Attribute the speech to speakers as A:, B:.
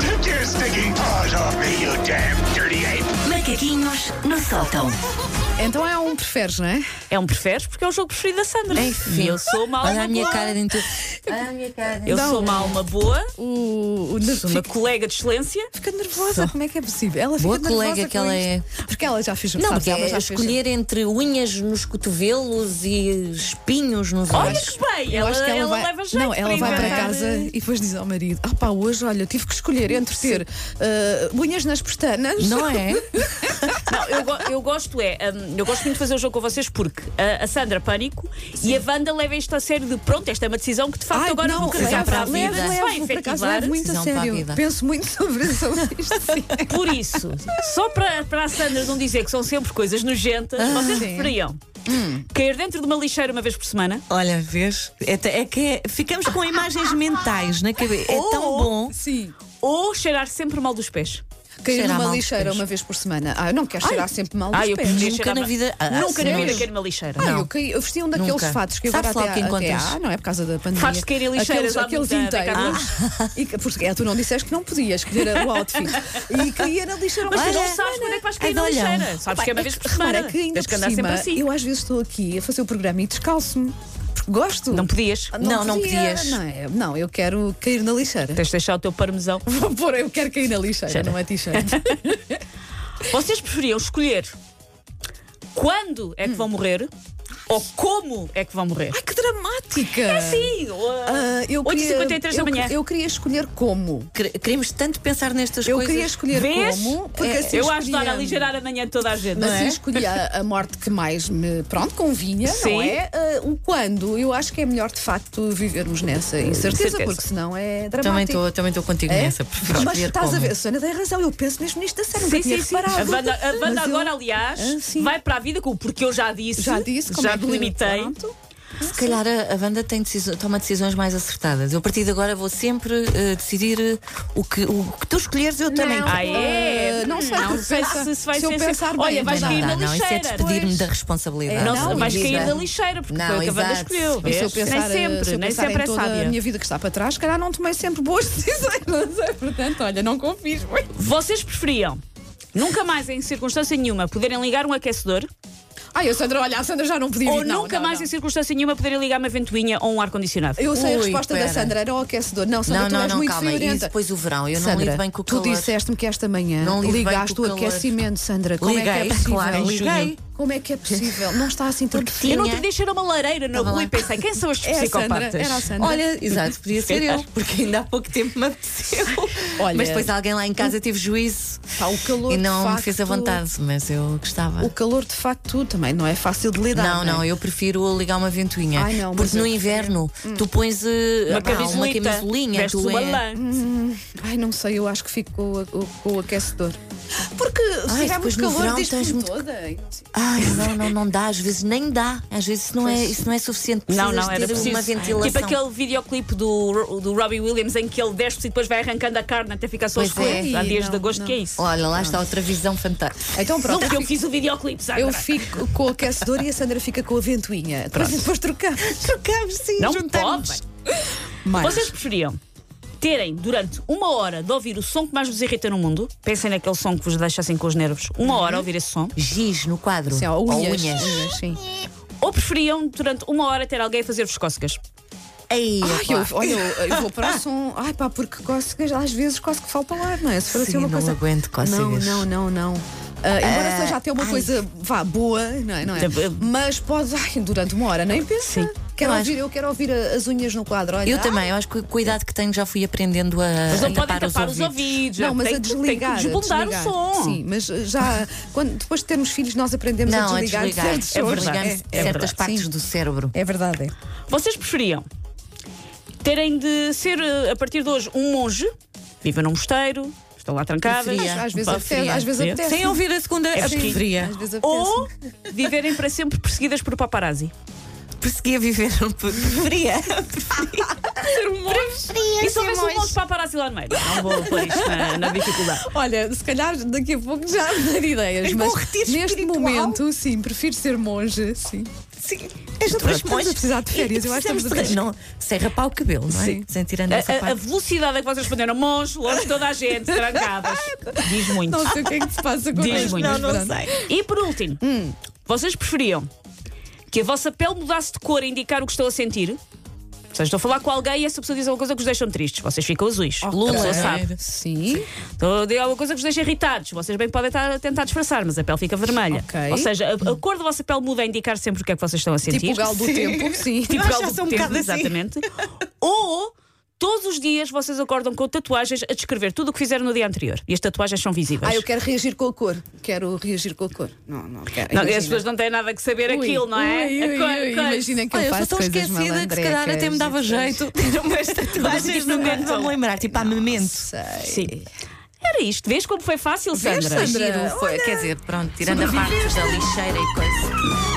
A: Take your stinking paws off me, you damn dirty ape!
B: Macaquinhos no sótão.
C: Então é um preferes, não é?
D: É um preferes porque é o jogo preferido da Sandra.
E: Enfim.
D: E eu sou uma alma
E: Olha a minha
D: boa.
E: cara dentro. Olha a minha cara
D: Eu sou uma alma boa,
C: O, o
D: sou uma colega de excelência.
C: fica nervosa, como é que é possível? Ela
E: Boa
C: fica
E: colega
C: nervosa
E: que
C: com
E: ela
C: isto. Porque ela já fez
E: Não,
C: sabes,
E: porque
C: ela
E: é
C: já fez- um-
E: escolher entre unhas nos cotovelos e espinhos nos
D: Olha
E: olhos.
D: que bem!
C: Eu
D: Ela,
C: acho que ela,
D: ela
C: vai,
D: leva jeito
C: não, ela vai para
D: inventar.
C: casa e depois diz ao marido: Ah, pá, hoje, olha, eu tive que escolher entre ter ah, unhas nas pestanas.
E: Não é?
D: Não, eu, go- eu gosto é, hum, eu gosto muito de fazer o jogo com vocês porque ah, a Sandra pânico e a Wanda leva isto a sério de pronto, esta é uma decisão que de facto
C: Ai,
D: agora
C: não,
D: vou carregar
E: exato,
D: para a
E: levo,
D: vida, se vai
C: levo, por acaso
D: efetivar.
C: levo muito a
E: Decisão para a
C: sério.
E: vida.
C: Penso muito sobre, sobre isto. sim.
D: Por isso, só para, para a Sandra não dizer que são sempre coisas nojentas, vocês
C: Ah, Sim. Hum.
D: preferiam cair dentro de uma lixeira uma vez por semana?
E: Olha, vês? É, t- é que é- ficamos com imagens mentais na cabeça. É tão
C: Ou-
E: bom.
C: Sim.
D: Ou cheirar sempre mal dos pés?
C: Cair
E: Cheira a
C: numa
E: mal dos
C: lixeira
E: pés.
C: uma vez por semana. Ah, eu não quero cheirar sempre mal dos
D: Ai, eu
C: pés.
D: podia
E: Nunca
D: cheirar
E: na
D: mal-
E: vida- Ah,
D: Nunca na vida
E: senhores.
D: cair numa lixeira.
C: Ah,
E: Não.
C: eu, caí, eu vesti um daqueles
E: Nunca.
C: fatos que
E: Sabe-se
C: agora
E: lá
C: até,
E: o que
C: até
E: encontras.
C: há, não é por causa da pandemia.
D: Faz-te cair em
C: aqueles,
D: lixeiras, há
C: aqueles
D: muita- da
C: inteiros. E, que- porque é, tu não disseste que não podias escolher o outfit. E caía na lixeira uma
D: Mas tu
C: vez
D: não
C: por
D: sabes quando é que vais
E: Ai,
D: cair na
E: olha.
D: lixeira. Sabes que é uma vez por semana.
C: Repara que ainda
D: Tens que
C: por
D: andar sempre
C: cima,
D: assim.
C: eu às vezes estou aqui a fazer o programa e descalço-me. Porque gosto.
D: Não podias.
C: Ah,
E: Não, não
C: podia,
E: podias.
C: Não, é? Não, eu quero cair na lixeira.
D: Tens de deixar o teu parmesão.
C: Vou pôr, eu quero cair na lixeira,
D: Cheira.
C: não é t-shirt.
D: Vocês preferiam escolher quando
C: Hum.
D: é que vão morrer ou como é que vão morrer?
C: que dramática!
D: É Sim! ou,
C: Ah, eu queria-
D: 8h53 da
C: eu-
D: manhã.
C: Eu queria escolher como.
E: Quer- Queremos tanto pensar nestas
C: Eu
E: coisas.
C: queria escolher
D: Vês?
C: como, porque
D: É,
C: assim
D: eu a
C: escolhia-
D: ajudar a aligerar a manhã de toda a gente. é?
C: Assim escolhi a, a morte que mais me pronto, convinha, não
D: Sim.
C: é? Ah, o quando, eu acho que é melhor de facto vivermos nessa incerteza,
D: Eh, Certeza.
C: porque senão é dramático.
E: Também estou também tô contigo
C: É?
E: nessa, por favor.
C: Mas
E: Escolher
C: estás a
E: como.
C: ver, Sônia tem razão, eu penso mesmo nisto da série,
D: Sim,
C: nunca tinha
D: sim, sim. A
C: reparado.
D: banda, a banda
C: Mas eu
D: agora, aliás,
C: Ah, sim.
D: vai para a vida com o porque eu já disse.
C: já disse, como
D: já
C: é que
D: delimitei.
C: pronto.
E: Se calhar a, a banda tem decisões- toma decisões mais acertadas. Eu, a partir de agora, vou sempre eh, decidir eh, o, que, o que tu escolheres, eu também.
D: Ah, é?
C: Ah, não sei,
D: não
C: porque
D: sei
C: pensa-
D: se, se vai
C: se eu
D: ser assim.
C: pensar bem,
D: Olha,
C: então
D: vais
E: não,
D: cair
E: dá,
D: na
E: não, isso é
D: lixeira.
E: despedir-me
C: Pois.
E: da responsabilidade.
C: É,
D: Não,
C: Não,
D: vais cair
E: vida.
D: na lixeira, porque
E: Não,
D: foi o que a banda
E: exato.
D: escolheu.
C: Mas se eu
D: vês?
C: pensar,
D: É.
C: eh,
D: nem
C: se
D: sempre,
C: eu
D: nem
C: pensar
D: sempre
C: em
D: é
C: toda
D: sábia.
C: a minha vida que está para trás, se calhar não tomei sempre boas decisões, não sei, portanto, olha, não confio muito.
D: Vocês preferiam nunca mais, em circunstância nenhuma, poderem ligar um aquecedor
C: Ai, a Sandra, olha, a Sandra já não podia
D: ou
C: vir, não,
D: nunca
C: não,
D: mais,
C: não.
D: em circunstância nenhuma, poderem ligar uma ventoinha ou um ar-condicionado?
C: Eu sei a
E: Ui,
C: resposta da
E: pera.
C: Sandra, era o aquecedor. Não, Sandra,
E: Não,
C: tu
E: não,
C: és
E: não,
C: muito
E: calma. E
C: friorenta.
E: depois o verão, eu não
C: Sandra,
E: lido bem com o
C: tu
E: calor.
D: é-
C: disseste-me que esta manhã
E: Não lido bem
C: ligaste
E: com o
C: o
E: calor.
C: aquecimento, Sandra. Como é que é
E: Liguei,
C: possível?
E: claro, liguei.
C: Como é que é possível? Não está assim tão
E: Porque
D: Eu não
E: tinha.
D: te deixei uma lareira na
E: Tava
D: rua
E: lá.
D: e pensei, quem são estes
C: É a
D: psicopatas?
C: Sandra, era a Sandra.
E: Olha, exato, podia ser eu, porque ainda há pouco tempo me apeteceu.
C: Olha-
E: mas depois alguém lá em casa teve juízo
C: Pá, o calor
E: e não
C: de
E: me fez a
C: facto-
E: vontade, mas eu gostava.
C: O calor, de facto, também não é fácil de lidar.
E: Não,
C: é?
E: não, eu prefiro ligar uma ventoinha.
C: Ai, não, mas
E: porque no
C: eu-
E: inverno tu pões eh,
D: um Uma
E: ah, uma
D: camisolita,
E: camisolinha,
D: vestes
E: tu
D: uma
E: é-
C: Hum,
D: lã.
C: Ai, não sei, eu acho que fico com o- o, com o aquecedor. Porque se
E: Ai,
C: tiver
E: depois
C: muito
E: no
C: calor,
E: verão
C: diz-me
E: tens muito-
C: toda. hein?
E: Ai, não, não, não dá, às vezes nem dá, às vezes isso não é, isso não é suficiente.
D: Não,
E: Precisas
D: não, era
E: ter
D: preciso.
E: uma ventilação.
D: Tipo aquele videoclipe do, Ro- do Robbie Williams em que ele despe e depois vai arrancando a carne até ficar só
E: Pois
D: escuro.
E: é.
D: Há
C: Ih,
D: dias de
C: não,
D: agosto
C: não.
D: que é isso.
E: Olha, lá está outra visão fantástica.
C: Então
D: Não,
C: pronto,
D: porque eu fiz o videoclipe, Sandra.
C: eu fico com o aquecedor e a Sandra fica com a ventoinha. Depois, depois trocamos.
E: Trocamos sim,
D: Não
E: juntamos.
D: podem.
C: Mais.
D: Vocês preferiam terem durante uma hora de ouvir o som que mais vos irrita no mundo? Pensem naquele som que vos deixa assim com os nervos. Uma hora a ouvir esse som.
E: Giz no quadro.
C: Sim, ó,
E: Ou
C: unhas, unhas, sim.
D: Ou preferiam durante uma hora ter alguém a fazer-vos cócegas?
E: Ei,
C: Ai,
E: epá.
C: eu, olha, eu, eu vou para o som. Ai, pá, porque cócegas, às vezes quase que falta o ar, não é? Se for assim
E: Sim,
C: uma
E: não
C: coisa.
E: aguento cócegas.
C: Não, não, não, não. Ah, embora
E: Ah,
C: seja até uma
E: ai.
C: coisa vá, boa, não é? Não é?
D: Tipo, eu-
C: Mas pode, ai, durante uma hora, nem pensa. Quero
E: Eu
C: ouvir, eu quero ouvir a- as unhas no quadro. Olha,
E: Eu
C: ah,
E: também, eu acho que o cuidado que tenho já fui aprendendo a,
D: Mas não
E: a
D: podem
E: tapar,
D: tapar os
E: os
D: ouvidos.
C: Não, mas
D: tem
C: a
D: que-
C: desligar.
D: Tem que
C: a
D: desbundar o
C: desligar.
D: som.
C: Sim, mas já. Quando, depois de termos filhos, nós aprendemos
E: Não,
C: a
E: a
C: desligar,
E: desligar.
C: certos
D: É
C: sons.
D: verdade,
E: Desligamos
D: é
E: certas
D: verdade.
E: partes
C: Sim.
E: do cérebro.
C: É verdade. é.
D: Vocês preferiam terem de ser, eh, a partir de hoje, um monge? Vivem num mosteiro, estão lá trancadas. um
E: Preferia.
C: Às, às vezes
D: Pá,
C: apetece. Às vezes
D: fria.
C: apetece.
E: Sem ouvir a segunda, a
D: Sim.
E: preferia.
C: Às vezes apetece.
D: Ou viverem para sempre perseguidas por paparazzi.
E: Perseguia viver um pouco. Preferia.
D: Ser um monge. E se houvesse um monge paparazzi lá no meio? Não vou pôr isto na, na dificuldade.
C: Olha, se calhar daqui a pouco já me dar ideias,
E: Mas
C: mas
E: bom retiro
C: neste
E: espiritual.
C: momento, sim, prefiro ser monge, sim.
E: Sim. É
C: Esta
E: Pronto,
C: vez estamos
E: pois.
C: a precisar de férias. Eu acho que
E: Precisamos
C: estamos a
E: de- não, sem rapar o cabelo, não é?
C: Sim.
E: Sem tirar
D: A,
E: essa
D: a- a
E: parte.
D: velocidade a que vocês responderam, monge, longe de toda a gente, trancadas. Diz muito.
C: Não sei o que é que se passa com
D: Diz muito.
E: Não, não sei.
D: E por último, vocês preferiam que a vossa pele mudasse de cor a indicar o que estou a sentir? Ou seja, estou a falar com alguém e essa pessoa diz alguma coisa que os deixam tristes. Vocês ficam azuis. Lula,
E: Ok.
D: sabe?
C: Sim.
D: Estou a dizer alguma coisa que vos deixa irritados. Vocês bem podem estar a tentar disfarçar, mas a pele fica vermelha.
C: Ok.
D: Ou seja, a, a cor da vossa pele muda a indicar sempre o que é que vocês estão a sentir.
C: Tipo o galo do tempo. Sim.
D: Tipo
E: Nós
D: galo
E: já
D: do
E: somos um
D: tempo,
E: bocado assim.
D: Exatamente. Ou todos os dias vocês acordam com tatuagens a descrever tudo o que fizeram no dia anterior. E as tatuagens são visíveis.
C: Ah, eu quero reagir com a cor. Quero reagir com a cor. Não, não quero.
D: Não,
C: Imagina.
D: as pessoas não têm nada que saber
C: Ui,
D: aquilo, não é?
C: ui,
D: A
C: ui,
D: cor-
C: ui,
D: cor-
C: Imaginem que
E: Olha,
C: eu
E: eu
C: faço
E: estou tão
C: coisas
E: esquecida que se calhar
C: malandrecas
E: até me dava
C: e
E: jeito ter umas tatuagens
D: não
E: no
D: aguentam.
E: momento. Vou-me lembrar, tipo, há memento.
C: Sei.
D: Sim. Era isto. Vês como foi fácil, Sandra?
C: Sandra?
E: Giro, foi, quer dizer, pronto, tirando a parte da lixeira e coisa.